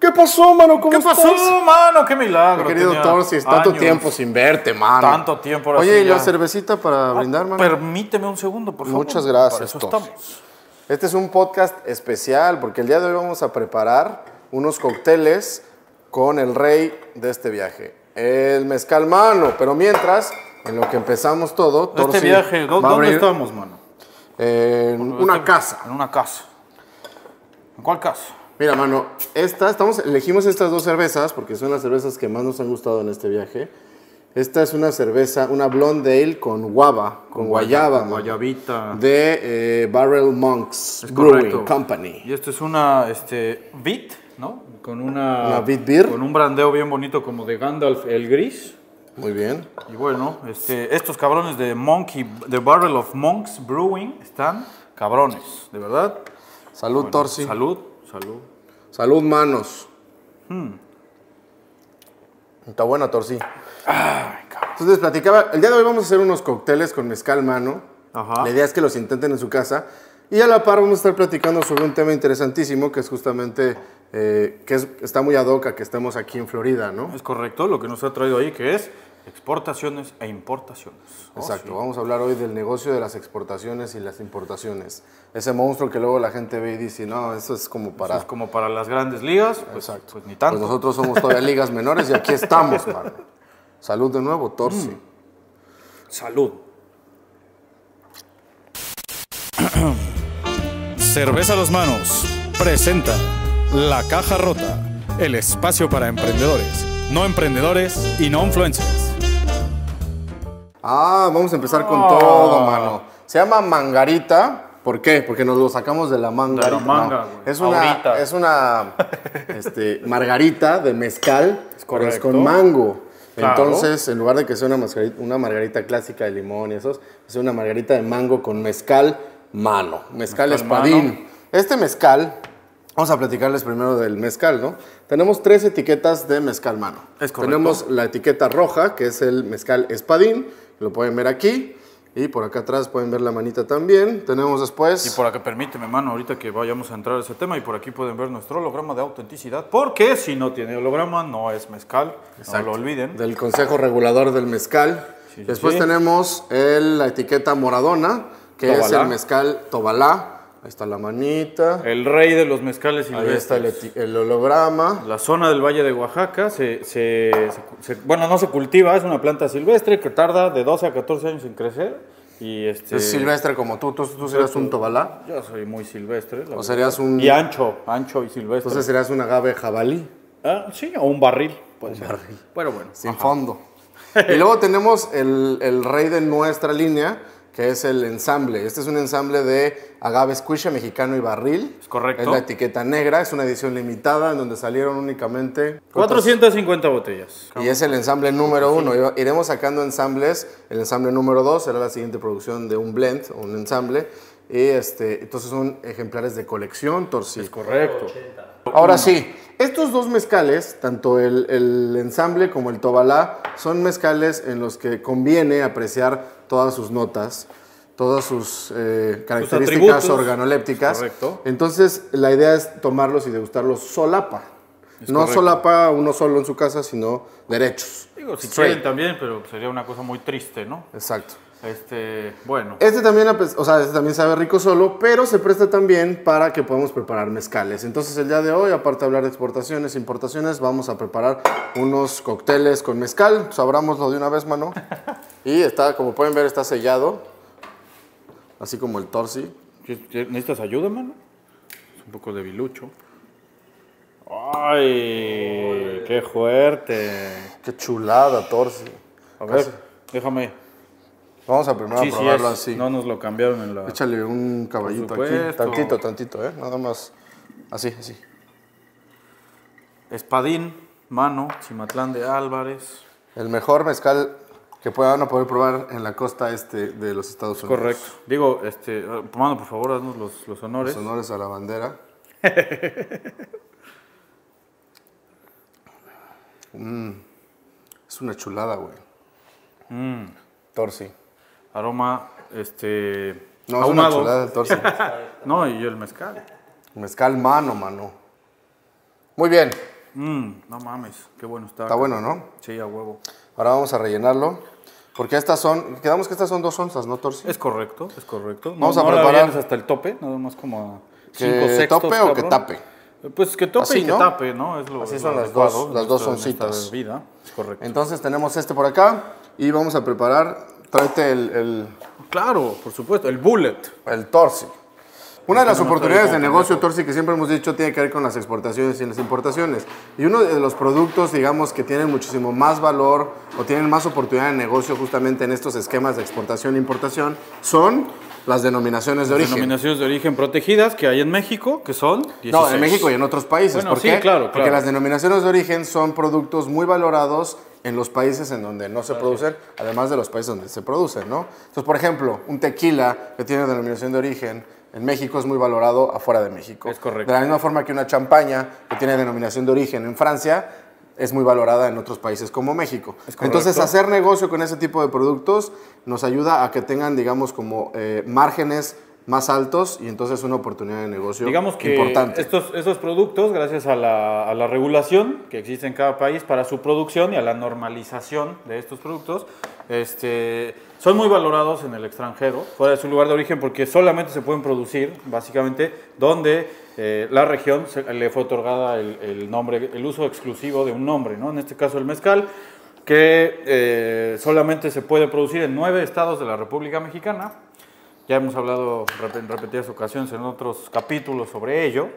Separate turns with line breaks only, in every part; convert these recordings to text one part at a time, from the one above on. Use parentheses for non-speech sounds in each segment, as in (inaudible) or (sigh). ¿Qué pasó, mano? ¿Cómo
¿Qué
estás?
pasó, mano? Qué milagro.
Mi querido
tenía
Torsis, tanto
años.
tiempo sin verte, mano.
Tanto tiempo. ahora
Oye,
sí
¿y
ya. Ah,
la cervecita para brindar, mano?
Permíteme un segundo, por favor.
Muchas gracias,
Para eso
Torsis.
estamos.
Este es un podcast especial porque el día de hoy vamos a preparar unos cócteles con el rey de este viaje, el mezcal mano. Pero mientras, en lo que empezamos todo,
Este
Torsi
viaje, ¿dó-
va a
¿dónde
abrir
estamos, mano? Este
En una casa.
En una casa. ¿En cuál casa?
Mira, mano, esta, estamos, elegimos estas dos cervezas porque son las cervezas que más nos han gustado en este viaje. Esta es una cerveza, una blonde ale con guava, con, guayaba, mano,
Guayabita.
de eh, Barrel Monks
Es
Brewing
correcto.
Company.
Y esto es una este, bit, ¿no? Con una,
Una Bit Beer.
Con un brandeo bien bonito como de Gandalf el Gris.
Muy bien.
Y bueno, este, estos cabrones de Monkey, de Barrel of Monks Brewing, están cabrones, de verdad.
Salud, Torsi.
Salud, salud.
Salud, manos.
Hmm.
Está buena, Torsi. Entonces les platicaba, el día de hoy vamos a hacer unos cócteles con mezcal mano.
Ajá.
La idea es que los intenten en su casa. Y a la par vamos a estar platicando sobre un tema interesantísimo que es justamente, eh, que es- está muy ad hoc a que estemos aquí en Florida, ¿no?
Es correcto lo que nos ha traído ahí, que es exportaciones e importaciones. Oh,
Exacto, vamos a hablar hoy del negocio de las exportaciones y las importaciones. Ese monstruo que luego la gente ve y dice, no, eso es como
sí.
para...
Pues como para las grandes ligas, pues,
Exacto.
pues ni tanto.
Pues nosotros somos todavía ligas menores y aquí
(laughs)
estamos, mano. Salud de nuevo, Torsi.
Mm. Salud.
(clears throat) Cerveza a los manos presenta La Caja Rota, el espacio para emprendedores, no emprendedores y no influencers.
Ah, vamos a empezar con todo, mano. Se llama mangarita. ¿Por qué? Porque nos lo sacamos de la manga.
De la manga, güey.
Es una,
Ahorita.
es
(laughs)
una este, margarita de mezcal, pero es con
correcto.
mango.
Claro.
Entonces, en lugar de que sea una margarita, una margarita clásica de limón y esos, es una margarita de mango con mezcal mano. Mezcal, espadín.
mano.
Este mezcal, vamos a platicarles primero del mezcal, ¿no? Tenemos tres etiquetas de mezcal mano.
Es correcto.
Tenemos la etiqueta roja, que es el mezcal espadín, lo pueden ver aquí. Y por acá atrás pueden ver la manita también. Tenemos después...
Y por acá, permíteme, mano, ahorita que vayamos a entrar a ese tema, y por aquí pueden ver nuestro holograma de autenticidad, porque si no tiene holograma, no es mezcal, no lo olviden.
Del Consejo Regulador del Mezcal.
Sí, sí,
Después
sí.
tenemos el- la etiqueta moradona, que es
Tobalá.
el mezcal Tobalá. Ahí está la manita.
El rey de los mezcales
Ahí
silvestres.
está el, eti- el holograma.
La zona del Valle de Oaxaca, se, se- se- se- bueno, no se cultiva, es una planta silvestre que tarda de 12 a 14 años en crecer. Y este,
Es silvestre como tú. ¿Tú, tú serías un Tobalá?
Yo soy muy silvestre. la
¿O
verdad.
serías un...?
Y ancho, ancho y silvestre.
Entonces serías un agave jabalí.
Ah, sí, o un barril. Puede ser. Pero bueno.
Sin
(laughs)
fondo. Y luego tenemos el, el rey de nuestra línea, que es el ensamble. Este es un ensamble de agaves cuiche mexicano y barril.
Es correcto.
Es la etiqueta negra, es una edición limitada en donde salieron únicamente...
450 botellas.
Y es el ensamble número uno. Iba- Iremos sacando ensambles. El ensamble número dos será la siguiente producción de un blend, un ensamble. Y este, entonces son ejemplares de colección, torsi.
Correcto.
Ahora sí, estos dos mezcales, tanto el, el ensamble como el tobalá, son mezcales en los que conviene apreciar todas sus notas, todas sus eh, características
atributos.
organolépticas.
Correcto.
Entonces, la idea es tomarlos y degustarlos solapa. no
correcto.
solapa uno solo en su casa, sino derechos.
Digo, si
Straight.
quieren también, pero sería una cosa muy triste, ¿no?
Exacto.
Este, bueno.
Este también, a pes- o sea, este también sabe rico solo, pero se presta también para que podamos preparar mezcales. Entonces, el día de hoy, aparte de hablar de exportaciones e importaciones, vamos a preparar unos cócteles con mezcal. Sabrámoslo de una vez,
(laughs)
mano. Y está, como pueden ver, está sellado. Así como el torsi.
¿Necesitas ayuda, mano? Es un poco debilucho. ¡Ay! ¡Qué fuerte!
Qué chulada, torsi.
A ver, déjame.
Vamos a primero a probarlo
es.
así.
No nos lo cambiaron en la.
Échale un caballito aquí.
Ah. supuesto.
Tantito, tantito, ¿eh? Nada más. Así, así.
Espadín, mano, Chimatlán de Álvarez.
El mejor mezcal que puedan poder probar en la costa este de los Estados Unidos.
Correcto. ¿eh? Digo, este, eh, mano, por favor, haznos los, los honores.
Los honores a la
(laughs)
bandera. Mm, Es una chulada, güey.
Mm.
Torsi.
Aroma, este.
No, es una
ahumado.
chulada el
(laughs)
torsi.
No, y el mezcal.
mezcal mano, mano. Muy bien.
Mm, no mames, qué bueno está.
Está bueno, ¿no?
Sí, a huevo.
Ahora vamos a rellenarlo. Porque estas son, quedamos que estas son dos onzas, ¿no, Torsi?
Es correcto, es correcto.
Vamos a
la
preparar-
vienes hasta el tope, nada más como a
¿Que
cinco sextos,
tope o que
cabrón.
tape?
Pues que tope
Así,
y que
¿no?
tape, ¿no? Es lo,
Así
es
son
lo
las
adecuado
dos-
en
las dos
esta- en esta
oncitas.
bebida, es correcto.
Entonces tenemos este por acá y vamos a preparar, tráete el, el,
claro, por supuesto, el bullet.
el Torsi. Una de las
no me
oportunidades de
traigo
negocio, Torsi, que siempre hemos dicho, tiene que ver con las exportaciones y las importaciones. Y uno de los productos, digamos, que tienen muchísimo más valor o tienen más oportunidad de negocio justamente en estos esquemas de exportación e importación son las denominaciones de origen.
Denominaciones de origen protegidas que hay en México, que son 16.
No, en México y en otros países.
Bueno,
¿Por
sí,
qué?
claro, claro.
Porque las denominaciones de origen son productos muy valorados en los países en donde no se producen, además de los países donde se producen, ¿no? Entonces, por ejemplo, un tequila que tiene denominación de origen en México es muy valorado afuera de México.
Es correcto.
De la misma forma que una champaña que tiene denominación de origen en Francia es muy valorada en otros países como México.
correcto.
Entonces, hacer negocio con ese tipo de productos nos ayuda a que tengan, digamos, como eh, márgenes más altos y entonces una oportunidad de negocio
Digamos que
importante.
estos, estos productos, gracias a la, a la regulación que existe en cada país para su producción y a la normalización de estos productos, este, son muy valorados en el extranjero, fuera de su lugar de origen, porque solamente se pueden producir, básicamente, donde eh, la región se- le fue otorgada el, el nombre, el uso exclusivo de un nombre, ¿no? En este caso el mezcal que eh, solamente se puede producir en nueve estados de la República Mexicana, ya hemos hablado rep- en repetidas ocasiones en otros capítulos sobre ello.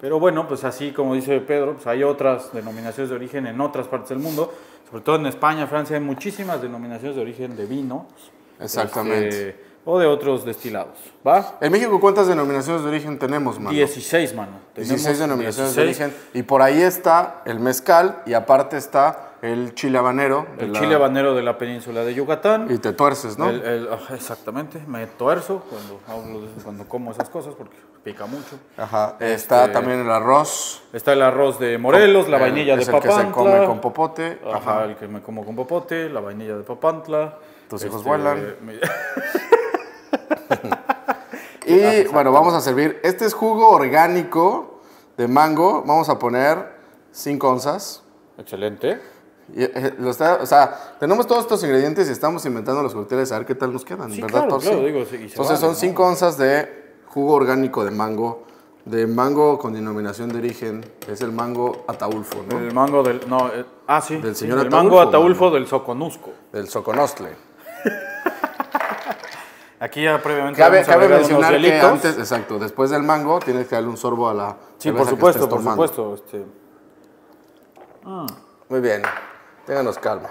Pero bueno, pues así como dice Pedro, pues hay otras denominaciones de origen en otras partes del mundo. Sobre todo en España, Francia, hay muchísimas denominaciones de origen de vino.
Exactamente.
este, o de otros destilados. ¿Va?
En México, ¿cuántas denominaciones de origen tenemos, mano?
16, mano. Tenemos
16 denominaciones
16.
de origen. Y por ahí está el mezcal y aparte está el chile habanero. de
El
la-
chile habanero de la península de Yucatán.
Y te tuerces, ¿no?
El- el- ajá, exactamente, me tuerzo cuando, hablo de- cuando como esas cosas porque pica mucho.
Ajá. Está también el arroz.
Está el arroz de este, Morelos, la
El-
vainilla de
es el que se
Papantla.
come con popote.
Ajá, el que me como con popote, la vainilla de Papantla. Este,
Tus hijos vuelan.
mi- Ah,
Y bueno, vamos a servir. Este es jugo orgánico de mango. Vamos a poner 5 onzas.
Excelente.
Y, eh, lo está- o sea, tenemos todos estos ingredientes y estamos inventando los cócteles a ver qué tal nos quedan,
Sí,
¿verdad,
claro,
Torsi?
claro, digo, sí, y se
Entonces
vale,
son
¿no?
5 onzas de jugo orgánico de mango, de mango con denominación de origen, es el mango ataulfo, ¿no?
El mango del. No, eh, ah, sí.
Del
sí,
señor
El mango
Ataulfo,
Ataulfo del Soconusco.
Del soconostle.
Aquí ya previamente.
Cabe,
vamos a
cabe
agregar unos
mencionar que
hielitos.
antes, exacto, después del mango tienes que darle un sorbo a la
Sí,
cerveza
por
que
supuesto,
estés
por
tomando.
supuesto. Este,
Muy bien, ténganos calma.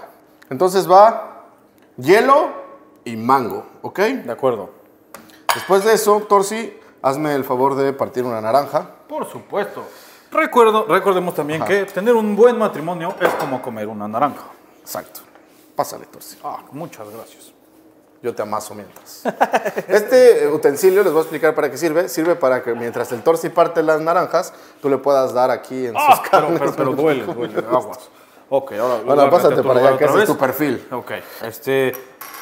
Entonces va hielo y mango, ¿ok?
de acuerdo.
Después de eso, Torsi, hazme el favor de partir una naranja.
Por supuesto. Recuerdo, recordemos también que tener un buen matrimonio es como comer una naranja.
Exacto. Pásale, Torsi.
Ah, muchas gracias.
Yo te amaso mientras. (laughs) Este eh, utensilio les voy a explicar para qué sirve. Sirve para que mientras el torsi parte las naranjas, tú le puedas dar aquí en
Ah,
sus
pero,
carnes.
pero, pero duele, duele, aguas. Ok, ahora.
Bueno,
agárrate
pásate
tu
para
lugar
allá, que
otra
ese es tu
vez.
perfil.
Ok, este.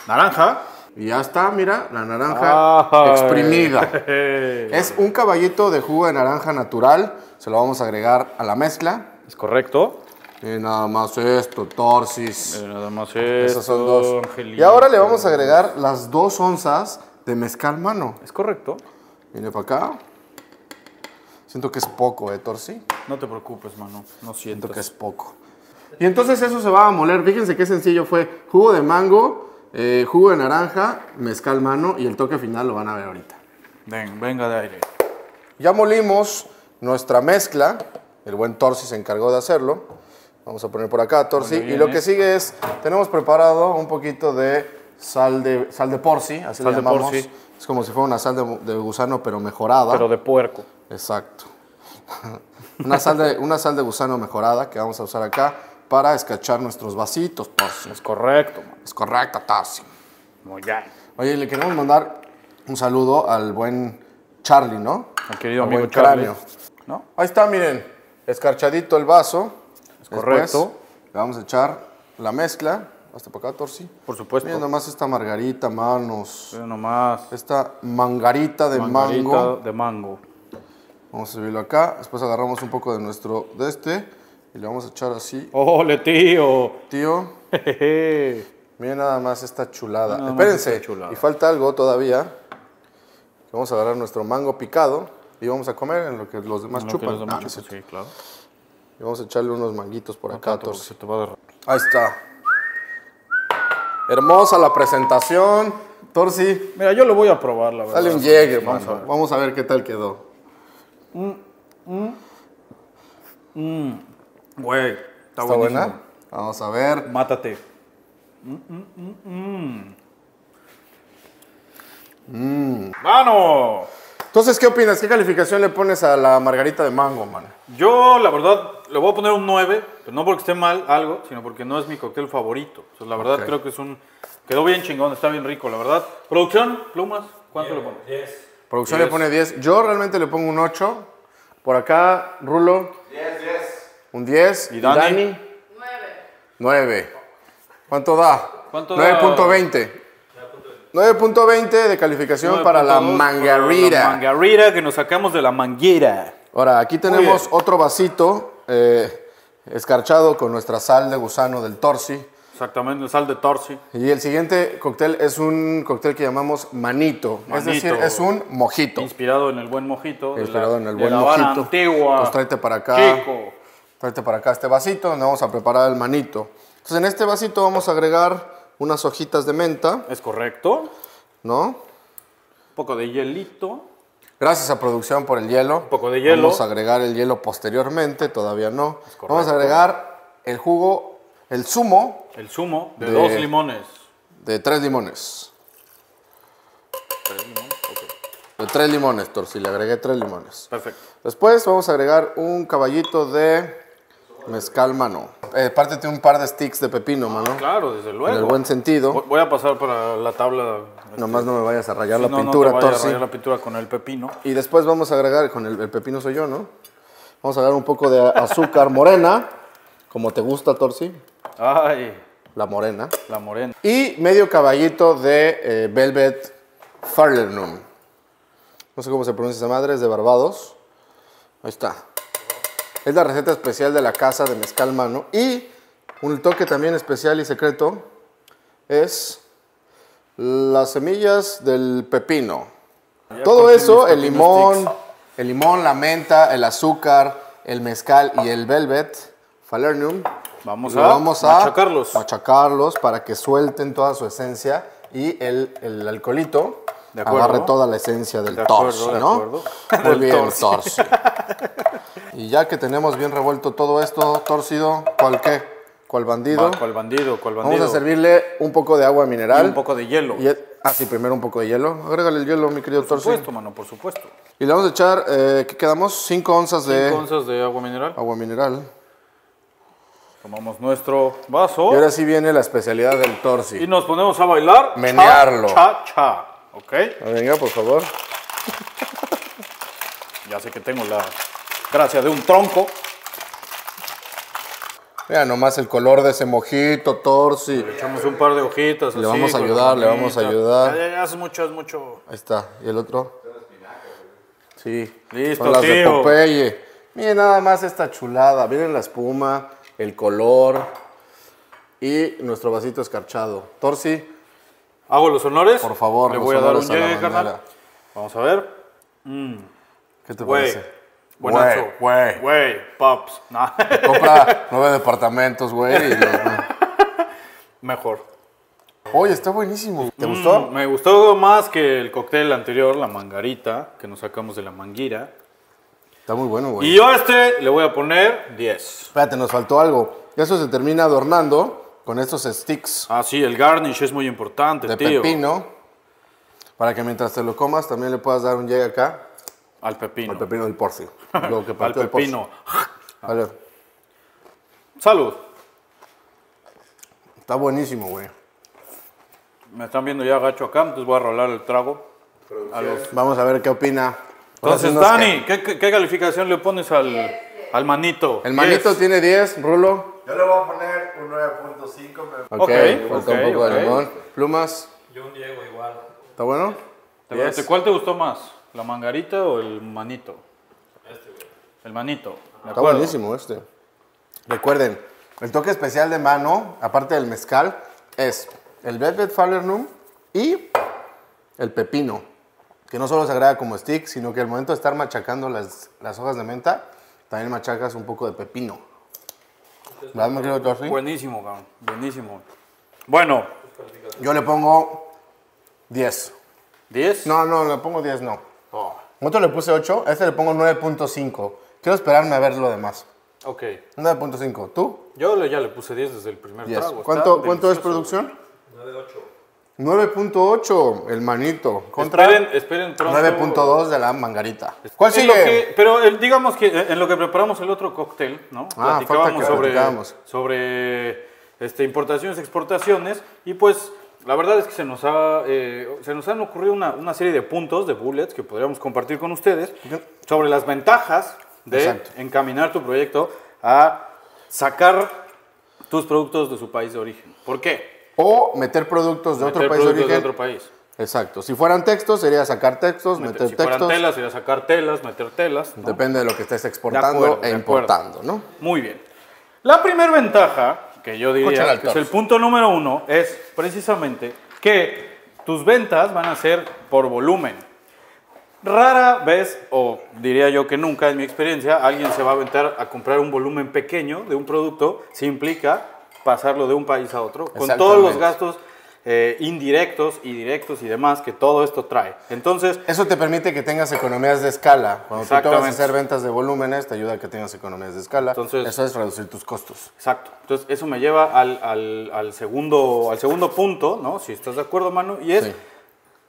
Naranja.
Y ya está, mira, la naranja
Ay.
exprimida.
(laughs) Es
Es un caballito de jugo de naranja natural. Se lo vamos a agregar a la mezcla.
correcto.
Y nada más esto, torsis.
Mira, nada más
Ah, Esas son
esto,
dos.
Angelito.
Y ahora le vamos a agregar las dos onzas de mezcal mano.
Es correcto.
Viene para acá. Siento que es poco, ¿eh, Torsi?
No te preocupes, mano. No siento.
Siento que es poco. Y entonces eso se va a moler. Fíjense qué sencillo fue. Jugo de mango, eh, jugo de naranja, mezcal mano y el toque final lo van a ver ahorita.
Ven, venga de aire.
Ya molimos nuestra mezcla. El buen Torsi se encargó de hacerlo. Vamos a poner por acá, Torsi.
Muy bien,
Y lo que
¿eh?
sigue es, tenemos preparado un poquito de sal de, sal de porci, así
Sal
le
de
llamamos.
porci.
Es como si fuera una sal de, de gusano, pero mejorada.
Pero de puerco.
Exacto. una, sal de, una sal de gusano mejorada que vamos a usar acá para escachar nuestros vasitos, Tarsi.
Es correcto, mano.
Es correcta, Tarsi.
Muy bien.
Oye, le queremos mandar un saludo al buen Charlie, ¿no?
Al querido
Al
amigo
buen
Charlie.
cráneo.
¿No?
Ahí está, miren, escarchadito el vaso. Es
correcto.
Le vamos a echar la mezcla. Hasta para acá, Torsi.
Por supuesto.
Miren nomás esta margarita, manos.
Mira nomás.
Esta mangarita de
Margarita
mango.
de mango.
Vamos a servirlo acá. Después agarramos un poco de nuestro de este. Y le vamos a echar así.
¡Ole, tío! (laughs)
Tío,
Jejeje.
miren nada más esta chulada.
Nada más
Espérense.
esta chulada.
Y falta algo todavía. Vamos a agarrar nuestro mango picado y vamos a comer en lo que los demás
Lo que
chupan.
los demás
Ah, no es
chupan,
cierto.
sí, claro.
Y vamos a echarle unos manguitos por acá.
Porque
Torx.
se te va a derramar.
Ahí está. Hermosa la presentación. Torsi,
Mira, yo lo voy a probar, la verdad.
dale un llegue,
Vamos
mano.
a ver.
Vamos a ver qué tal quedó.
Güey, está,
¿Está
buenísimo.
buena? Vamos a ver.
Mátate. Mm, Mm. ¡Mano!
Entonces, ¿qué opinas? ¿Qué calificación le pones a la margarita de mango, man?
Yo, la verdad, le voy a poner un 9, pero no porque esté mal algo, sino porque no es mi cóctel favorito. Entonces, la verdad,
Ok.
creo que es un. Quedó bien chingón, está bien rico, la verdad. Producción, plumas, ¿cuánto le pones?
Producción
Diez.
le pone 10. Yo realmente le pongo un 8. Por acá, Rulo. 10, 10. Un 10.
¿Y Dani?
9. ¿Cuánto da?
¿Cuánto da?
9.20. 9.20 de calificación para la
9.2,
mangarita.
La mangarita que nos sacamos de la manguera.
Ahora, aquí tenemos
bien.
otro vasito eh, escarchado con nuestra sal de gusano del torsi.
Exactamente, el sal de torsi.
Y el siguiente cóctel es un cóctel que llamamos manito. Es
Manito.
decir, es un mojito.
Inspirado en el buen mojito. de la-
Inspirado en el
de
buen
la Habana
mojito.
antigua.
Pues tráete para acá.
Chico.
Tráete para acá este vasito donde vamos a preparar el manito. Entonces, en este vasito vamos a agregar unas hojitas de menta,
Es correcto. Un
¿no?
poco de hielito.
Gracias a producción por el hielo. Un
poco de hielo.
Vamos a agregar el hielo posteriormente, todavía no. Vamos a agregar el jugo, el zumo
El zumo de,
De-
dos limones.
De tres limones. De tres limones, Torsi. Le agregué tres limones.
Perfecto.
Después vamos a agregar un caballito de mezcal, mano. Eh, pártete un par de sticks de pepino, mano.
Claro, desde luego.
En el buen
Voy-
sentido.
Voy a pasar para la tabla.
Nomás no me vayas a rayar
Si
la
no,
pintura,
no te vaya a
Torsi.
rayar la pintura con el pepino.
Y después vamos a agregar, con el, el pepino soy yo, ¿no? Vamos a agregar un poco de azúcar morena, como te gusta, Torsi.
Ay,
La morena.
la morena.
Y medio caballito de eh, Velvet Farlernum. No sé cómo se pronuncia esa madre, es de Barbados. Ahí está. Es la receta especial de la casa de mezcal mano. Y un toque también especial y secreto es las semillas del pepino. Todo
corté mis
eso, el
pepino
limón,
sticks.
el limón, la menta, el azúcar, el mezcal y el velvet falernum.
Vamos
lo
a
vamos a
machacarlos.
machacarlos para que suelten toda su esencia y el, el alcoholito
De acuerdo.
agarre toda la esencia del
De acuerdo,
torso,
de
¿no?
acuerdo.
Muy
Del
bien,
torso.
torso. Y ya que tenemos bien revuelto todo esto, torcido, ¿cuál qué? ¿Cuál bandido?
Va, ¿Cuál bandido? ¿Cuál bandido?
Vamos a servirle un poco de agua mineral.
Y un poco de hielo.
Y- ah, sí, primero un poco de hielo. Agrégale el hielo, mi querido
Por
torcido.
supuesto, mano, por supuesto.
Y le vamos a echar, eh, ¿qué quedamos? 5 onzas de
Cinco onzas de agua mineral.
agua mineral.
Tomamos nuestro
Y
vaso
ahora sí viene la especialidad del torsi.
y nos ponemos a bailar. cha,
Menearlo.
Cha, cha. ¿Ok?
Ah, Venga, por favor.
Ya sé que tengo la gracia de un tronco.
Mira nomás el color de ese mojito, torsi.
Le echamos un par de hojitas.
Le
así,
vamos a
con la
ayudar, le vamos a
manita.
ayudar.
Ya, ya, ya, es mucho, es mucho.
Ahí está. ¿Y el otro? Sí.
Listo,
Son las de
tío.
Popeye. Miren nada más esta chulada. Miren la espuma, el color y nuestro vasito escarchado. Torsi,
Hago los honores.
por favor.
Le
los
voy a dar un
honores la
llegue, carnal.
bandera.
Vamos a ver.
¿Qué te
Güey.
parece?
Buenazo.
Güey, güey.
Güey, paps. (laughs) Nah.
Compra nueve departamentos, güey. y lo-
Mejor.
Oye, está buenísimo. ¿Te gustó?
Mm, Me gustó más que el cóctel anterior, la mangarita, que nos sacamos de la manguira.
Está muy bueno, güey.
Y yo a este le voy a poner 10.
Espérate, nos faltó algo. Eso se termina adornando con estos sticks
Ah, sí, el garnish es muy importante,
de
tío.
pepino. Para que mientras te lo comas también le puedas dar un llegue acá
Al pepino.
al pepino del
(laughs)
porcio. Lo que
Al
partió el porcio.
pepino.
Vale.
Salud.
Está buenísimo, güey.
Me están viendo ya gacho acá, entonces voy a rolar el trago. A los-
Vamos a ver qué opina. Ahora sí
Entonces,
nos
Dani, ¿qué, qué- qué calificación le pones al, al manito?
El manito
10.
tiene 10, Rulo.
Yo le voy a poner un 9.5. me-
Ok,
Ok,
falta
ok,
un poco
ok.
de limón. Plumas,
Yo un Diego igual.
¿está bueno?
¿Te-
10.
¿Cuál te gustó más? ¿La mangarita o el manito? El manito.
Está
de acuerdo.
buenísimo este. Recuerden, el toque especial de mano, aparte del mezcal, es el Velvet Falernum y el pepino, que no solo se agrega como stick, sino que al momento de estar machacando las, las hojas de menta, también machacas un poco de pepino. ¿Verdad, mi querido Torsi?
Buenísimo, cabrón. Buenísimo. Bueno,
Yo le pongo 10.
10.
No, no, le pongo 10, no.
Oh,
Otro le puse 8, a este le pongo 9.5. Quiero esperarme a ver lo demás.
Ok.
9.5. ¿Tú?
Yo le- ya le puse 10 desde el primer
Yes.
trago.
¿Cuánto,
Está
¿Cuánto es
delicioso,
producción? 9.8, el manito.
güey.
Contra
Esperen, esperen pronto.
9.2 de la mangarita. ¿Cuál
En lo
sigue?
que- pero el- digamos que eh, en lo que preparamos el otro cóctel, ¿no?
Ah, falta
platicábamos
que
sobre,
platicábamos.
sobre este, importaciones, exportaciones, y pues la verdad es que se nos, ha, eh, se nos han ocurrido una, una serie de puntos, de bullets, que podríamos compartir con ustedes sobre las ventajas de
Exacto.
encaminar tu proyecto a sacar tus productos de su país de origen. ¿Por qué?
O meter productos de otro
Meter
país de
productos
origen.
otro país.
Exacto. Si fueran textos, sería sacar textos, meter,
si fueran
textos.
telas, sería sacar telas, meter telas. ¿no?
Depende de lo que estés exportando
acuerdo,
e
de acuerdo.
importando, ¿no?
Muy bien. La primera ventaja, que yo
Escúchala
diría
al
que es el
torso.
punto número uno, es precisamente que tus ventas van a ser por volumen. Rara vez, o diría yo que nunca en mi experiencia, alguien se va a aventar a comprar un volumen pequeño de un producto si implica pasarlo de un país a otro, con todos los
Exactamente.
gastos eh, indirectos y directos y demás que todo esto trae. Entonces,
Eso te permite que tengas economías de escala. Cuando tú te vas a
Exactamente.
hacer ventas de volúmenes, te ayuda a que tengas economías de escala.
Entonces-
Eso es reducir tus costos.
Exacto. Entonces, eso me lleva al, al- al segundo, al segundo punto, ¿no? Si estás de acuerdo, mano, y es.
Sí.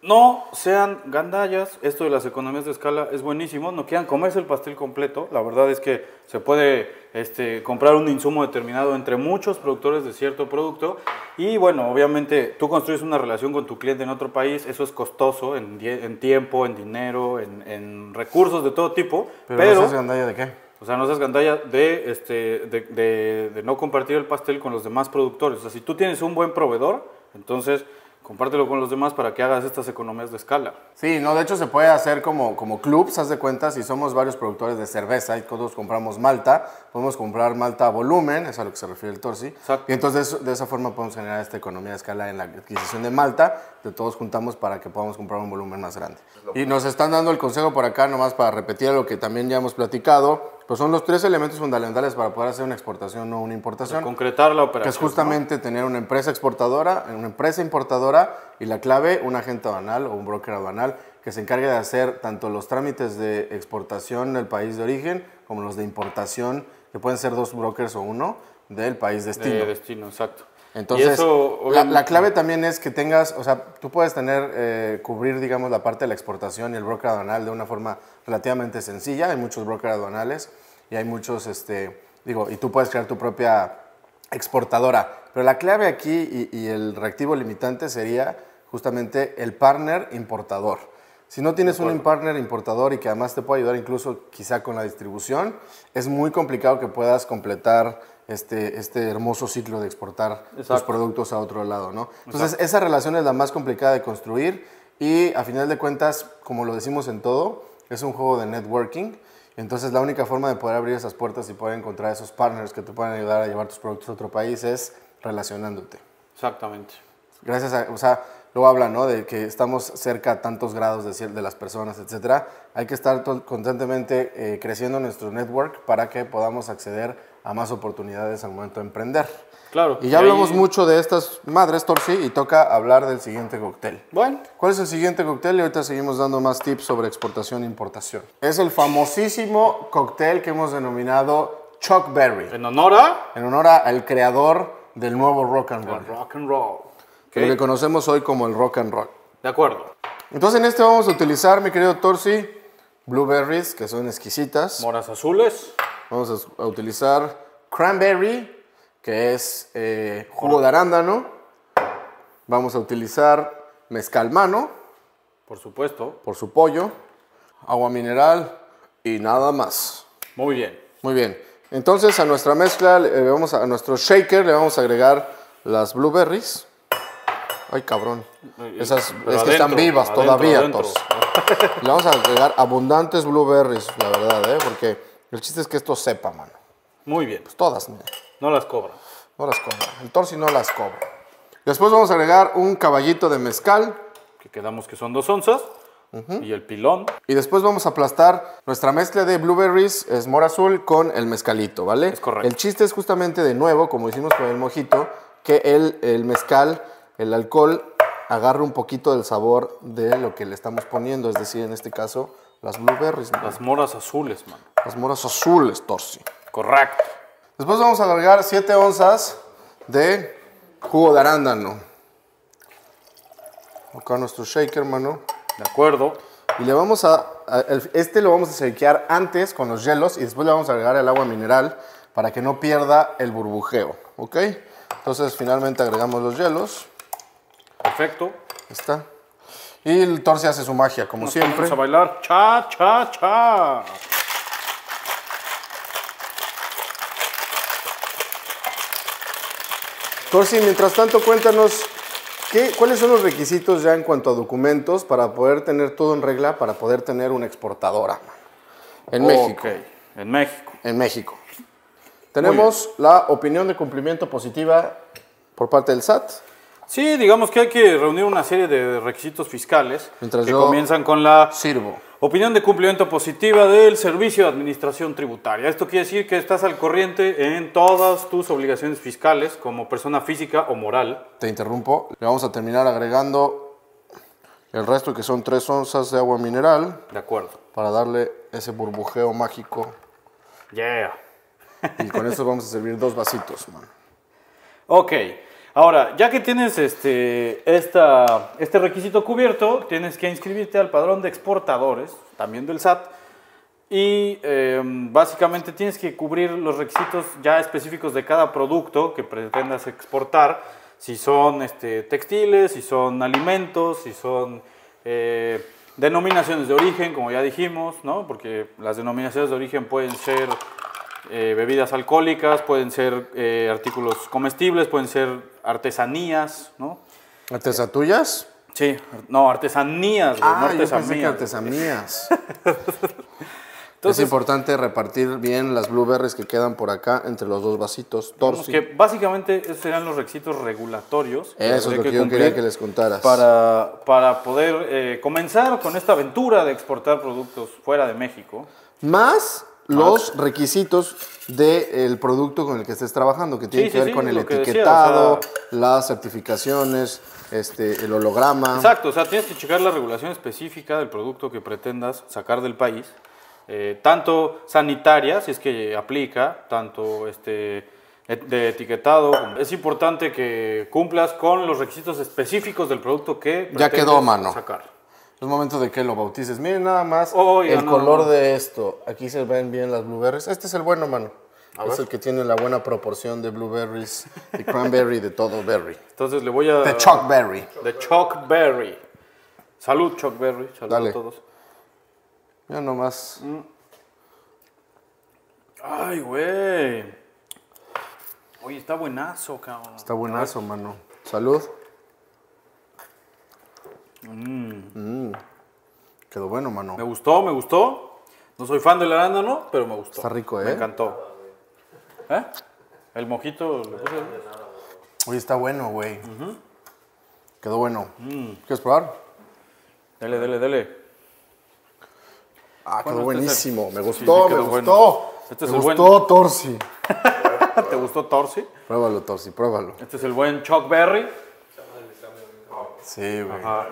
No sean gandallas, esto de las economías de escala es buenísimo, no quieran comerse el pastel completo, la verdad es que se puede este, comprar un insumo determinado entre muchos productores de cierto producto y bueno, obviamente tú construyes una relación con tu cliente en otro país, eso es costoso en, die- en tiempo, en dinero, en, en recursos de todo tipo, pero,
¿Pero no seas gandalla de qué?
o sea, no seas gandalla de, este, de, de- de no compartir el pastel con los demás productores. O sea, si tú tienes un buen proveedor, entonces compártelo con los demás para que hagas estas economías de escala.
Sí, no, de hecho se puede hacer como, como clubs, haz de cuenta, si somos varios productores de cerveza y todos compramos malta, podemos comprar malta a volumen, es a lo que se refiere el torsi.
Exacto.
Y entonces de esa forma podemos generar esta economía de escala en la adquisición de malta, de todos juntamos para que podamos comprar un volumen más grande. Y nos están dando el consejo por acá, nomás para repetir lo que también ya hemos platicado, pues son los tres elementos fundamentales para poder hacer una exportación o una importación.
Concretar la operación.
Que es justamente tener una empresa exportadora, una empresa importadora y la clave, un agente aduanal o un broker aduanal que se encargue de hacer tanto los trámites de exportación del país de origen como los de importación, que pueden ser dos brokers o uno, del país
¿no?
destino.
De destino, exacto. Eh, Y
Entonces,
eso,
la,
obviamente,
la clave también es que tengas, o sea, tú puedes tener, eh, cubrir, digamos, la parte de la exportación y el broker aduanal de una forma relativamente sencilla. Hay muchos brokers aduanales y hay muchos, este, digo, y tú puedes crear tu propia exportadora. Pero la clave aquí y, y el reactivo limitante sería justamente el partner importador. Si no tienes un partner importador y que además te puede ayudar incluso quizá con la distribución, es muy complicado que puedas completar este, este hermoso ciclo de exportar tus
Exacto.
productos a otro lado, ¿no? Entonces, esa relación es la más complicada de construir y a final de cuentas, como lo decimos en todo, es un juego de networking. Entonces, la única forma de poder abrir esas puertas y poder encontrar esos partners que te puedan ayudar a llevar tus productos a otro país es relacionándote.
Exactamente.
Gracias a, o sea, luego habla, ¿no? De que estamos cerca a tantos grados de, cier- de las personas, etcétera. Hay que estar to- constantemente eh, creciendo nuestro network para que podamos acceder a más oportunidades al momento de emprender.
Claro.
Y ya hablamos
ahí-
mucho de estas madres, Torsi, y toca hablar del siguiente cóctel.
Bueno,
¿Cuál es el siguiente cóctel? Y ahorita seguimos dando más tips sobre exportación e importación. Es el famosísimo cóctel que hemos denominado Chuck Berry,
en honor a
en honor a- al creador del nuevo rock and roll,
rock and roll. ¿ok?
lo que conocemos hoy como el rock and roll.
De acuerdo.
Entonces en este vamos a utilizar, mi querido Torsi, blueberries, que son exquisitas.
Moras azules.
Vamos a s- a, utilizar cranberry, que es eh, jugo de arándano. Vamos a utilizar mezcal mano
Por supuesto.
por su pollo, agua mineral y nada más.
Muy bien.
Muy bien. Entonces a nuestra mezcla, le- le vamos a, a nuestro shaker le vamos a agregar las blueberries. Ay, cabrón. Esas
Pero
es que están
adentro,
vivas
adentro,
todavía,
adentro.
Tos. (laughs) Le vamos a agregar abundantes blueberries, la verdad, ¿eh? Porque el chiste es que esto sepa, mano.
Muy bien.
Pues todas, mira.
No las cobra.
No las cobra. El torsi no las cobra. Después vamos a agregar un caballito de mezcal.
Que quedamos que son dos onzas. Y el pilón.
Y después vamos a aplastar nuestra mezcla de blueberries, es mora azul, con el mezcalito, ¿vale?
Es correcto.
El chiste es justamente de nuevo, como hicimos con el mojito, que el, el mezcal, el alcohol, agarre un poquito del sabor de lo que le estamos poniendo, es decir, en este caso, las blueberries, ¿no?
Las moras azules, man.
las moras azules, torsi.
Correcto.
Después vamos a agregar 7 onzas de jugo de arándano. Acá nuestro shaker, hermano.
De acuerdo.
Y le vamos a, a- el- este lo vamos a sequear antes con los hielos y después le vamos a agregar el agua mineral para que no pierda el burbujeo, ¿ok? Entonces finalmente agregamos los hielos,
Perfecto.
ahí está. Y el torce hace su magia, como siempre.
Vamos a bailar. Cha, cha, cha.
Torsi, mientras tanto cuéntanos, ¿qué, ¿cuáles son los requisitos ya en cuanto a documentos para poder tener todo en regla, para poder tener una exportadora? En México.
Ok, En México.
en México. Tenemos la opinión de cumplimiento positiva por parte del SAT.
Sí, digamos que hay que reunir una serie de requisitos fiscales
Mientras
que
yo-
comienzan con la
Sirvo.
opinión de cumplimiento positiva del Servicio de Administración Tributaria. Esto quiere decir que estás al corriente en todas tus obligaciones fiscales como persona física o moral.
Te interrumpo. Le vamos a terminar agregando el resto que son tres onzas de agua mineral
De acuerdo.
para darle ese burbujeo mágico.
Yeah.
Y con eso vamos a servir dos vasitos, man.
Ok. Ahora, ya que tienes este, esta, este requisito cubierto, tienes que inscribirte al padrón de exportadores, también del SAT, y eh, básicamente tienes que cubrir los requisitos ya específicos de cada producto que pretendas exportar, si son este, textiles, si son alimentos, si son eh, denominaciones de origen, como ya dijimos, ¿no? porque las denominaciones de origen pueden ser eh, bebidas alcohólicas, pueden ser eh, artículos comestibles, pueden ser artesanías, ¿no?
¿Artesatuyas?
Sí, ar- no, artesanías, güey, no
Ah, yo pensé que
artesanías.
artesanías. es (laughs)
Entonces-
importante repartir bien las blueberries que quedan por acá entre los dos vasitos.
Digamos
Torsi.
que básicamente esos serán los requisitos regulatorios.
Eso es
habría
lo que yo quería
cumplir
que les contaras.
Para, para poder eh, comenzar con esta aventura de exportar productos fuera de México.
Más los requisitos del producto con el que estés trabajando, que tiene
Sí,
que
sí,
ver
sí,
con el
lo que decía,
etiquetado,
o sea-
las certificaciones, este, el holograma.
Exacto, o sea, tienes que checar la regulación específica del producto que pretendas sacar del país, eh, tanto sanitaria, si es que aplica, tanto este, et- de etiquetado. Es importante que cumplas con los requisitos específicos del producto que
Ya
pretendes
quedó, mano.
sacar.
Es momento de que lo bautices. Miren nada más
Oiga,
el
no,
color
no.
de esto. Aquí se ven bien las blueberries. Este es el bueno, mano. es el que tiene la buena proporción de blueberries, de cranberry, de todo berry.
Entonces le voy a...
De chalkberry.
De Chuck Berry. Salud, Chuck Berry. Salud
Dale.
a todos.
Mira nomás.
Ay, güey. Oye, está buenazo, cabrón.
Está buenazo, mano. Salud. Mm. Quedó bueno, mano.
Me gustó, me gustó. No soy fan del arándano, pero me gustó.
Está rico,
Me
¿eh?
encantó. ¿Eh? El mojito le puse.
Oye, está bueno, güey. Quedó bueno.
Mm.
¿Quieres probar?
Dele, dele, dele.
Ah, quedó
Bueno, este es el-
buenísimo. Me
sí, sí,
gustó, me
quedó bueno.
gustó.
Este es
me
el
gustó,
bueno.
Torsi.
¿Te gustó Torsi?
Pruébalo, Torsi, pruébalo.
Este es el buen Chuck Berry.
Sí, güey.
Ah,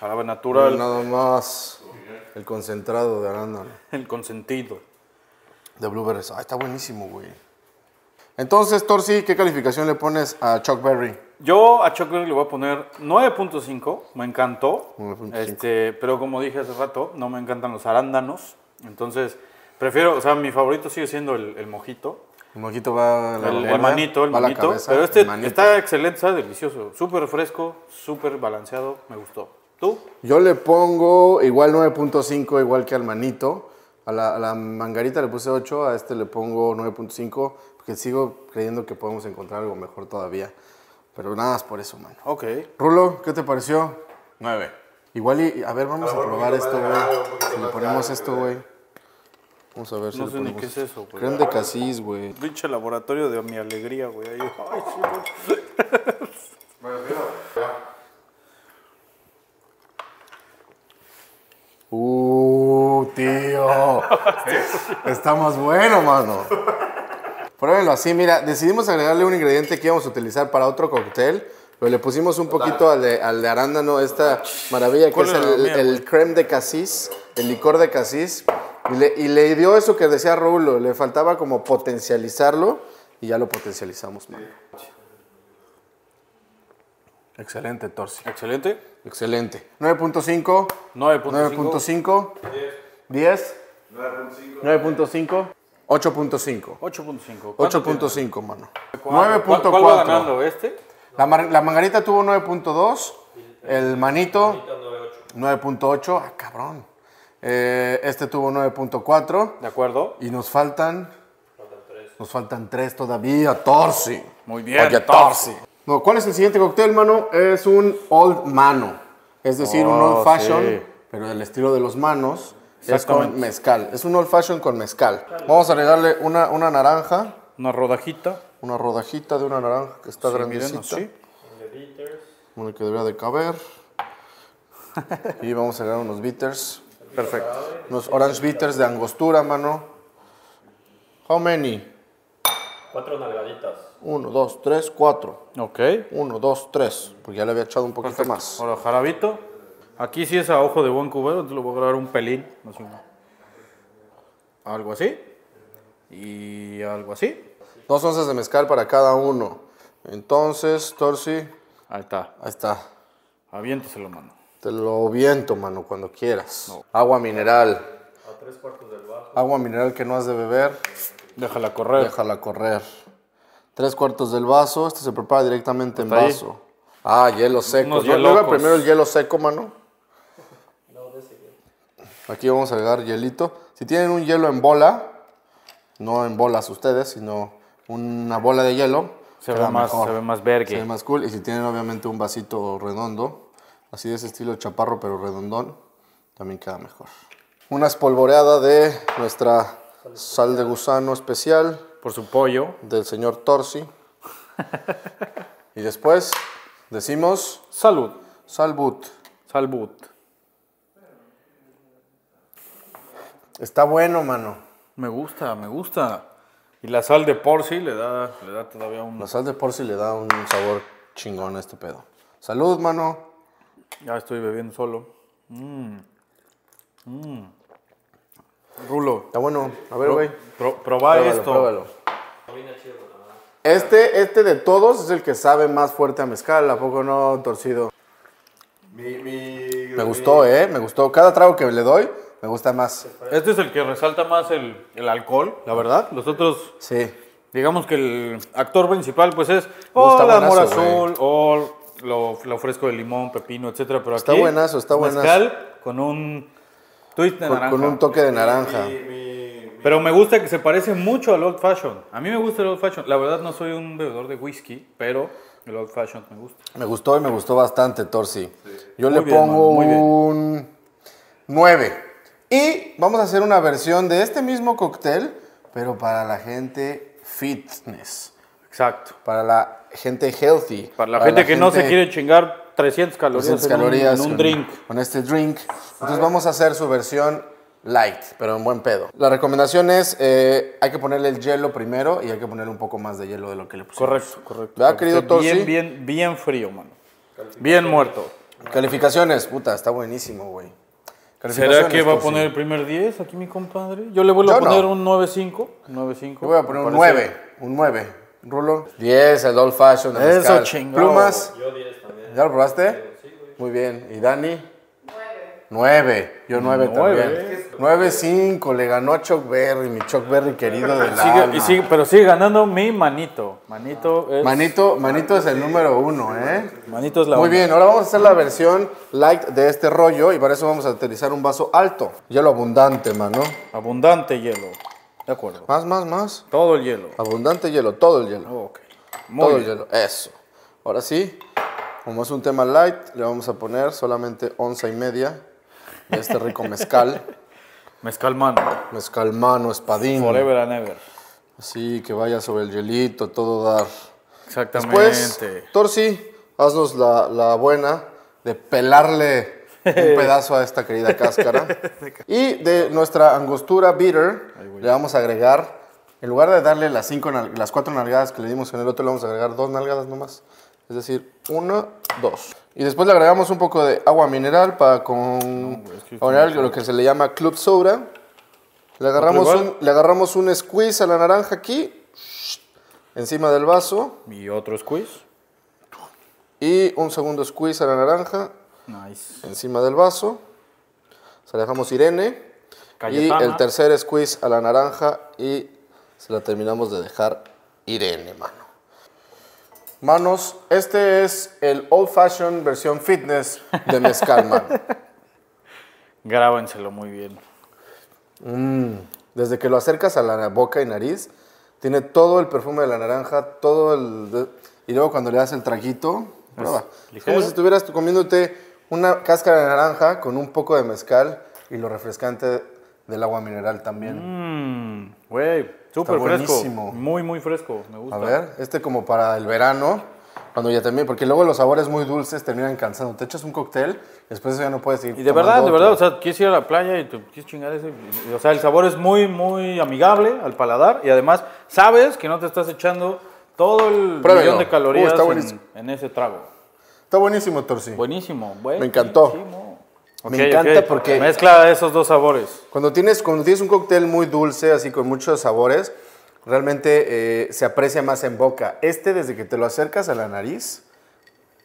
jarabe
Pero
natural.
Nada más el concentrado de arándano.
El consentido.
De blueberries. Ah, está buenísimo, güey. Entonces, Torsi, ¿qué calificación le pones a Chuck Berry?
Yo a Chuck Berry le voy a poner 9.5, me encantó.
9.5.
Este, pero como dije hace rato, no me encantan los arándanos. Entonces, prefiero, o sea, mi favorito sigue siendo el, el mojito.
El mojito va a la
El, el
vanguardia,
manito, el
va a la
manito.
cabeza,
pero este
el manito.
está excelente, está delicioso. Súper fresco, súper balanceado, me gustó. ¿Tú?
Yo le pongo igual 9.5, igual que al manito. A la, a la mangarita le puse 8, a este le pongo 9.5, porque sigo creyendo que podemos encontrar algo mejor todavía. Pero nada más por eso, mano.
Ok.
Rulo, ¿qué te pareció? 9. Igual y, a ver, vamos a,
mejor un
probar
poquito
esto,
más grave, un
güey.
poquito
Si le
más
ponemos
grave,
esto,
güey.
güey. Vamos a ver si
No
le
sé ni
ponemos-
qué es eso, güey.
Creme de casis, güey.
Pinche laboratorio de mi alegría, güey. Ahí. Ay, sí, güey.
Bueno, mira, ya.
Uh, tío. Está más bueno, mano. Pruébenlo así, mira, decidimos agregarle un ingrediente que íbamos a utilizar para otro cóctel, pero le pusimos un poquito al de, al de arándano, esta maravilla que
¿Cuál
es
era la
el,
mía,
el
güey?
creme de casis, el licor de casis, y le, y le dio eso que decía Raúl, le faltaba como potencializarlo, y ya lo potencializamos, mano. Excelente, Torsi.
Excelente.
Excelente. 9.5.
9.5.
9.5. 10. 9.5. 8.5.
8.5. ¿Cuánto tiene?
8.5, mano.
¿Cuál- ¿Cuál va
9.4.
ganando este?
La, mar- la mangarita tuvo 9.2. El manito 9.8. Ah, cabrón. Eh, este tuvo 9.4.
De acuerdo.
Y nos faltan... Nos faltan 3 todavía. Torsi.
Muy bien,
Oye,
Torsi.
Torsi. No, ¿cuál es el siguiente cóctel, mano? Es un old mano. Es decir, un
Oh,
old fashion,
sí.
pero del estilo de los manos. Es
Exactamente.
con mezcal. Es un old fashion con mezcal. Vamos a agregarle una, una naranja,
Una rodajita.
una rodajita de una naranja que está
Sí,
grandecita.
miren, sí.
Una que debería de caber. y vamos a agregar unos bitters.
Perfecto.
Unos orange bitters de angostura, mano. How many?
Cuatro nalgaditas.
Uno, dos, tres, cuatro.
Ok.
Uno, dos, tres. Porque ya le había echado un poquito
Perfecto.
más.
Ahora, jarabito. Aquí sí es a ojo de buen cubero, entonces lo voy a grabar un pelín. así, Algo así. Y algo así.
Dos onzas de mezcal para cada uno. Entonces, Torsi, ahí
Ahí está.
está.
Aviéntese lo mano.
Te lo viento, mano, cuando quieras. Agua mineral.
A tres cuartos del bajo.
Agua mineral que no has de beber,
Déjala correr.
déjala correr. Tres cuartos del vaso, este se prepara directamente en
Hasta ahí.
vaso. Ah, hielo seco.
Unos
¿No- no iba
hielocos.
primero el hielo seco, mano? Aquí vamos a agregar hielito. Si tienen un hielo en bola, no en bolas ustedes, sino una bola de hielo,
Se
queda
ve, más,
mejor.
se ve más
Se ve
vergue.
más cool. Y si tienen obviamente un vasito redondo, así de ese estilo chaparro, pero redondón, también queda mejor. Una espolvoreada de nuestra sal de gusano especial
Por su pollo.
del señor Torsi. y después decimos
Salud.
salbut.
Salud.
Está bueno, mano.
Me gusta, me gusta. Y la sal de por sí le da, le da todavía un...
La sal de Torsi le da un sabor chingón a este pedo. Salud, mano.
Ya estoy bebiendo solo. Mm. Mm. Rulo.
Está bueno. A ver, güey.
pro- probá
Pruébalo,
esto.
pruébalo. Este, este de todos es el que sabe más fuerte a mezcal, ¿a poco no, torcido?
Mi, mi,
Me gustó, ¿eh? Me gustó. Cada trago que le doy, me gusta más.
Este es el que resalta más el, el alcohol, la verdad. Los otros,
Sí.
digamos que el actor principal, pues es
Oh,
o
está
la mora
buenazo, güey.
azul, o lo, lo fresco de limón, pepino, etcétera. Pero
Está
aquí,
buenazo, está buenazo.
mezcal con un twist de
Con,
naranja.
con un toque de naranja.
Mi, mi,
Pero me gusta que se parece mucho al Old Fashion. A mí me gusta el Old Fashion. La verdad no soy un bebedor de whisky, pero el Old Fashion me gusta.
Me gustó y me gustó bastante, Torsi. Yo
Muy
le
bien,
pongo
mano, muy bien.
un 9. Y vamos a hacer una versión de este mismo cóctel, pero para la gente fitness.
Exacto.
Para la gente healthy.
Para la gente que no se
gente-
quiere chingar 300 calorías,
200
en un-
calorías
en un,
con-
drink.
Con este drink. Entonces vamos a hacer su versión light, pero en buen pedo. La recomendación es, eh, hay que ponerle el hielo primero y hay que ponerle un poco más de hielo de lo que le pusimos.
Correcto, correcto.
¿Verdad, querido
Esté
Torsi?
Bien, bien, bien frío, mano. Bien muerto.
Calificaciones, puta, está buenísimo, güey.
¿Será
Calificaciones, pues
que va a
Torsi.
poner el primer 10 aquí mi compadre? Yo le vuelvo a
Yo no.
poner un 9.5. 9.5.
Yo voy a poner
me
un
parece.
9, un 9. Rulo. 10, el old fashion. el
Eso,
mezcal.
chingado.
Plumas,
Yo diez también.
¿ya lo probaste? Muy bien. ¿Y Dani? 9. Yo 9
Nueve.
también. 9, 5. Le ganó a Chuck Berry, mi Chuck Berry querido del alma.
Sigue, y sigue- pero sigue ganando mi manito. Manito es,
Manito, Manito es el número uno, ¿eh?
manito es la
Muy
onda.
bien, ahora vamos a hacer la versión light de este rollo y para eso vamos a utilizar un vaso alto. Hielo abundante, mano.
Abundante hielo. De acuerdo.
Más, más, más.
Todo el hielo.
Abundante hielo, todo el hielo.
Oh, Ok. Muy
Todo el
bien.
hielo, eso. Ahora sí, como es un tema light, le vamos a
(laughs)
poner solamente onza y media de este rico mezcal.
Mezcal mano.
Mezcal mano, espadín.
Forever and ever.
Así que vaya sobre el hielito, todo dar.
Exactamente.
Después, Torsi, haznos la, la buena de pelarle un pedazo a esta querida cáscara. Y de nuestra angostura bitter, le vamos a agregar, en lugar de darle las, cinco, nal- las cuatro nalgadas que le dimos en el otro, le vamos a agregar dos nalgadas nomás. Es decir, una, dos. Y después le agregamos un poco de agua mineral para con aunar lo que se le llama club soda. Le agarramos,
igual?
un, le agarramos un squeeze a la naranja aquí, encima del vaso.
Y otro squeeze.
Y un segundo squeeze a la naranja
Nice.
encima del vaso. Se la dejamos Irene.
Cayetana.
Y el tercer squeeze a la naranja y se la terminamos de dejar Irene, mano. Manos, este es el old fashion versión fitness de mezcal, mano.
Grábenselo muy bien.
Desde que lo acercas a la boca y nariz, tiene todo el perfume de la naranja, todo el... de- y luego cuando le das el traguito, prueba. Es como
ligero.
si estuvieras tú comiéndote una cáscara de naranja con un poco de mezcal y lo refrescante del agua mineral también.
Mmm, güey, súper fresco.
buenísimo.
Muy, muy fresco. Me gusta.
a ver, este como para el verano, cuando ya termine, porque luego los sabores muy dulces terminan cansando. Te echas un cóctel, después ya no puedes ir
Y de verdad, de verdad, o sea, quieres ir a la playa y te quieres chingar ese. y- y, o sea, el sabor es muy, muy amigable al paladar y además sabes que no te estás echando todo el
Pruébelo.
millón de
Uh,
calorías
está
en,
buenísimo.
en ese trago.
Está buenísimo, Torsi.
Buenísimo, güey.
Me encantó.
buenísimo.
Me
Ok, ok.
encanta porque-
Mezcla esos dos sabores.
Cuando tienes, cuando tienes un cóctel muy dulce, así con muchos sabores, realmente eh, se aprecia más en boca. Este, desde que te lo acercas a la nariz,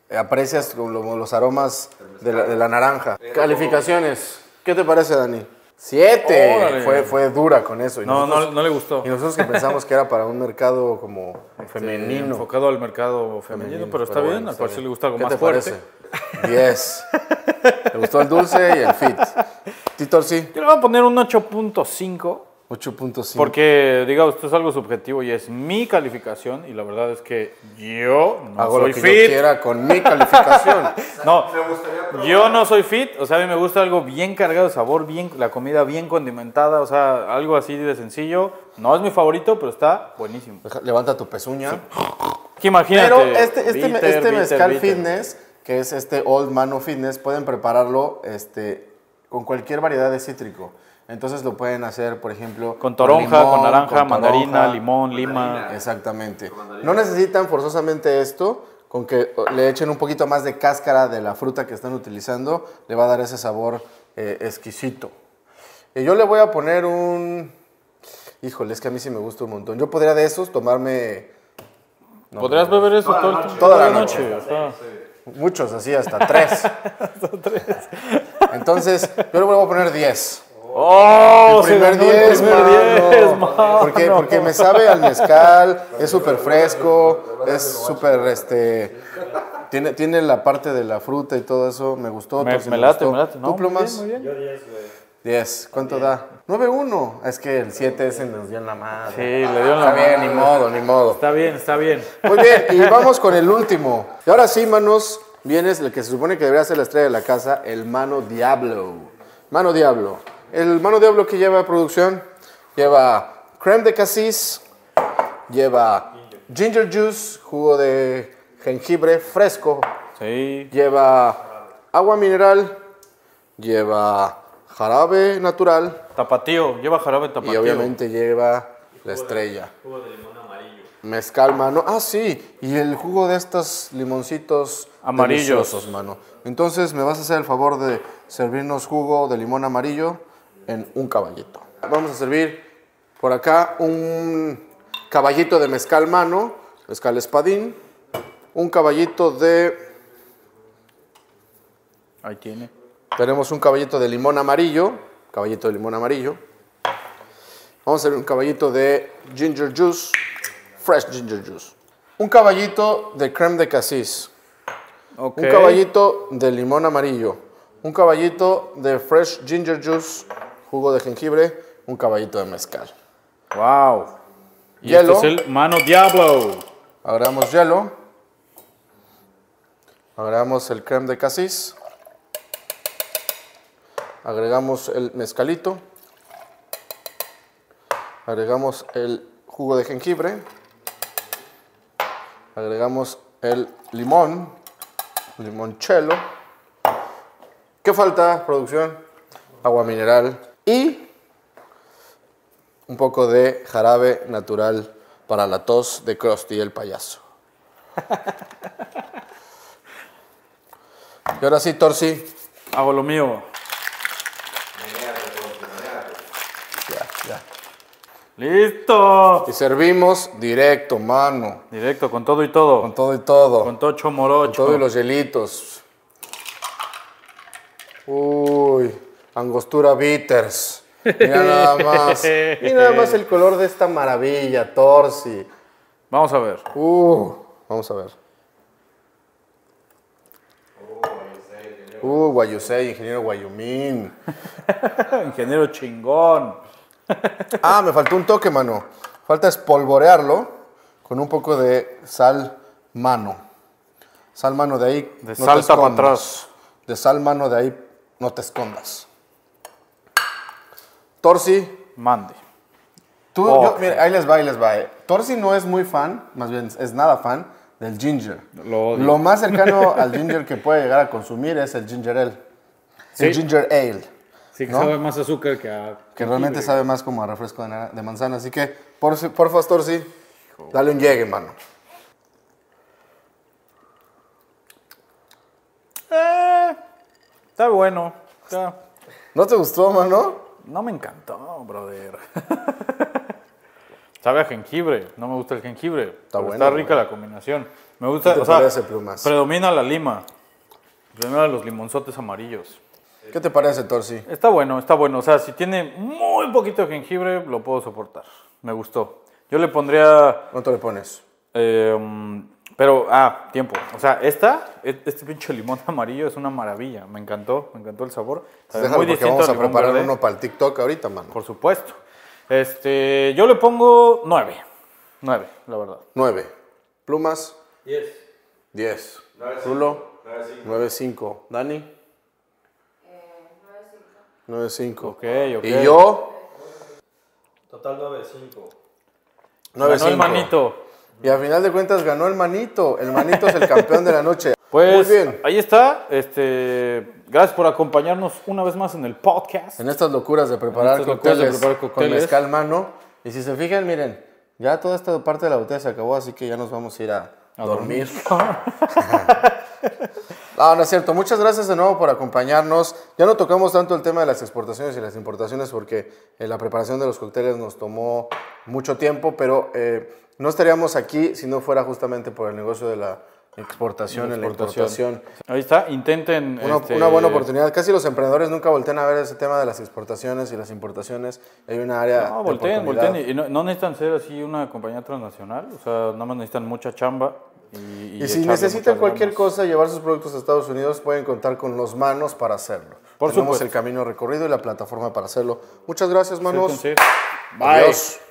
eh, aprecias como lo- los aromas de la, de la naranja. Calificaciones. ¿Qué te parece, Dani? Siete.
Órale.
Fue, fue dura con eso. Y
No, no,
nosotros-
no le gustó.
Y nosotros que pensamos que era para un mercado como este, femenino.
Enfocado al mercado femenino, pero está bien.
bueno,
al parecer
bien.
le gusta algo
¿Qué
más
te
fuerte.
parece? Diez. Le gustó el dulce y el fit. Titor sí.
Yo le voy a poner un 8.5.
8.5.
Porque, diga, esto es algo subjetivo y es mi calificación y la verdad es que yo no
Hago lo
soy
que yo
fit.
quiera con mi (laughs) calificación.
No,
Me gustaría probar.
yo no soy fit, o sea, a mí me gusta algo bien cargado de sabor, bien, la comida bien condimentada, o sea, algo así de sencillo. No es mi favorito, pero está buenísimo.
Deja- Levanta tu pezuña.
Que imagínate.
Pero este, este,
bitter,
este
bitter,
mezcal
bitter.
fitness, que es este Old Mano Fitness, pueden prepararlo este, con cualquier variedad de cítrico. Entonces lo pueden hacer, por ejemplo,
Con toronja,
limón,
con naranja,
con
mandarina,
toronja.
limón, lima.
Exactamente. No necesitan forzosamente esto, con que o, le echen un poquito más de cáscara de la fruta que están utilizando, le va a dar ese sabor eh, exquisito. Y yo le voy a poner un... Híjole, es que a mí sí me gusta un montón. Yo podría de esos tomarme
Podrías beber eso
Toda la
todo el-
noche.
toda la
Toda la
noche. o sea.
muchos, así hasta tres. Entonces, yo le voy a poner 10.
¡Oh! se
primer
ganó el
10,
primer diez, mano.
Porque, porque me sabe al mezcal, es súper fresco, es súper, este, tiene, tiene la parte de la fruta y todo eso, me gustó.
Me,
Torsi,
me late,
gustó.
me late. No,
¿Tú,
muy bien,
Plumas?
muy bien.
Yo 10, güey.
10, ¿cuánto da? 9-1, es que el 7 ese nos dio en la madre.
Sí, le dio la
Está bien,
mano.
ni modo, ni modo.
Está bien, está bien.
Muy bien, y vamos con el último. Y ahora sí, manos, vienes el que se supone que debería ser la estrella de la casa, el Mano Diablo. Mano Diablo. El Mano Diablo que lleva producción lleva creme de cassis, lleva ginger juice, jugo de jengibre fresco,
Sí.
lleva agua mineral, lleva jarabe natural
Tapatío, lleva jarabe tapatío.
y obviamente lleva la estrella.
Jugo de limón amarillo.
Mezcal, mano. Ah, sí. Y el jugo de estos limoncitos
Amarillos.
deliciosos, mano. Entonces, me vas a hacer el favor de servirnos jugo de limón amarillo en un caballito. Vamos a servir por acá un caballito de mezcal, mano. Mezcal espadín. Un caballito de...
Ahí tiene.
Tenemos un caballito de limón amarillo. Caballito de limón amarillo. Vamos a hacer un caballito de ginger juice. Fresh ginger juice. Un caballito de creme de cassis.
Ok.
Un caballito de limón amarillo. Un caballito de fresh ginger juice. Jugo de jengibre. Un caballito de mezcal.
Wow. Y
Hielo.
este es el Mano Diablo.
Agregamos hielo. Agregamos el creme de casis. Agregamos el mezcalito. Agregamos el jugo de jengibre. Agregamos el limón. Limonchelo. ¿Qué falta? Producción. Agua mineral. Y un poco de jarabe natural para la tos de Krusty el payaso. (laughs) Y ahora sí, Torsi.
Hago lo mío.
Ya, ya.
¡Listo!
Y servimos directo, mano.
Directo, con todo y todo.
Con todo y todo.
Con
Con,
tocho morocho.
todo y los hielitos. Uy, angostura bitters. Mira nada (laughs) más. Mira nada más el color de esta maravilla, Torsi.
Vamos a ver.
Uh, vamos a ver. Uh, Guayusei, ingeniero Guayumín.
(laughs) Ingeniero chingón.
Ah, me faltó un toque, mano. Falta espolvorearlo con un poco de sal mano. Sal mano de ahí.
De salta pa'
escondas.
atrás.
De sal mano de ahí, no te escondas. Torsi,
Mande.
Tú,
Oh.
yo- mira, ahí les va, ahí les va. eh. Torsi no es muy fan, más bien es nada fan del ginger.
Lo odio.
más cercano al ginger que puede llegar a consumir es el ginger ale. El
Sí.
ginger ale.
Sí, que
¿No?
sabe más azúcar que a.
Que realmente sabe más como a refresco de, nara- de manzana. Así que, por, porfa, Torsi, dale un llegue, mano.
Eh, está bueno. Está-
¿No te gustó, mano?
No me encantó, brother. sabe a jengibre. No me gusta el jengibre. pero Está,
bueno,
rica
güey.
la combinación. Me gusta.
¿Qué te
o sea,
parece, Plumas?
Predomina la lima. Predomina los limonzotes amarillos.
¿Qué te parece, Torsi?
Está bueno, está bueno. O sea, si tiene muy poquito de jengibre, lo puedo soportar. Me gustó. Yo le pondría.
¿Cuánto le pones?
eh, mm, pero, ah, tiempo. O sea, esta, e- este pinche limón (laughs) amarillo es una maravilla. Me encantó, me encantó el sabor. Sabe
Déjalo porque vamos
al
a
limón
preparar
verde,
uno para el TikTok ahorita, mano.
Por supuesto. Este, yo le pongo nueve. Nueve, la verdad.
Nueve. Plumas,
10.
diez. Rulo, nueve cinco. Dani, nueve cinco.
Ok, Eh, ok.
Y yo,
Total 9, 5.
Ganó
9
el manito.
Y al final de cuentas ganó el manito. El manito es el campeón de la noche.
Pues
Muy bien.
ahí está. Este, gracias por acompañarnos una vez más en el podcast.
En estas locuras de preparar,
En estas locuras de
cócteles
preparar
con
cócteles.
mezcal mano. Y si se fijan, miren, ya toda esta parte de la botella se acabó, así que ya nos vamos a ir a, dormir. Ah, (laughs) no es cierto. Muchas gracias de nuevo por acompañarnos. Ya no tocamos tanto el tema de las exportaciones y las importaciones porque eh, la preparación de los cócteles nos tomó mucho tiempo, pero eh, no estaríamos aquí si no fuera justamente por el negocio de la exportación, en la importación.
Ahí está, intenten.
Una,
este,
una buena oportunidad. Casi los emprendedores nunca voltean a ver ese tema de las exportaciones y las importaciones. Hay una área.
No,
de
Ah, volteen,
oportunidad.
volteen. Y no, no necesitan ser así una compañía transnacional. O sea, nada más necesitan mucha chamba. Y, y
Y, si
echarle
necesitan
muchas
cualquier
ganas.
cosa, llevar sus productos a Estados Unidos, pueden contar con los manos para hacerlo.
Por
Tenemos
supuesto.
el camino recorrido y la plataforma para hacerlo. Muchas gracias, manos.
Acérquense.
Adiós.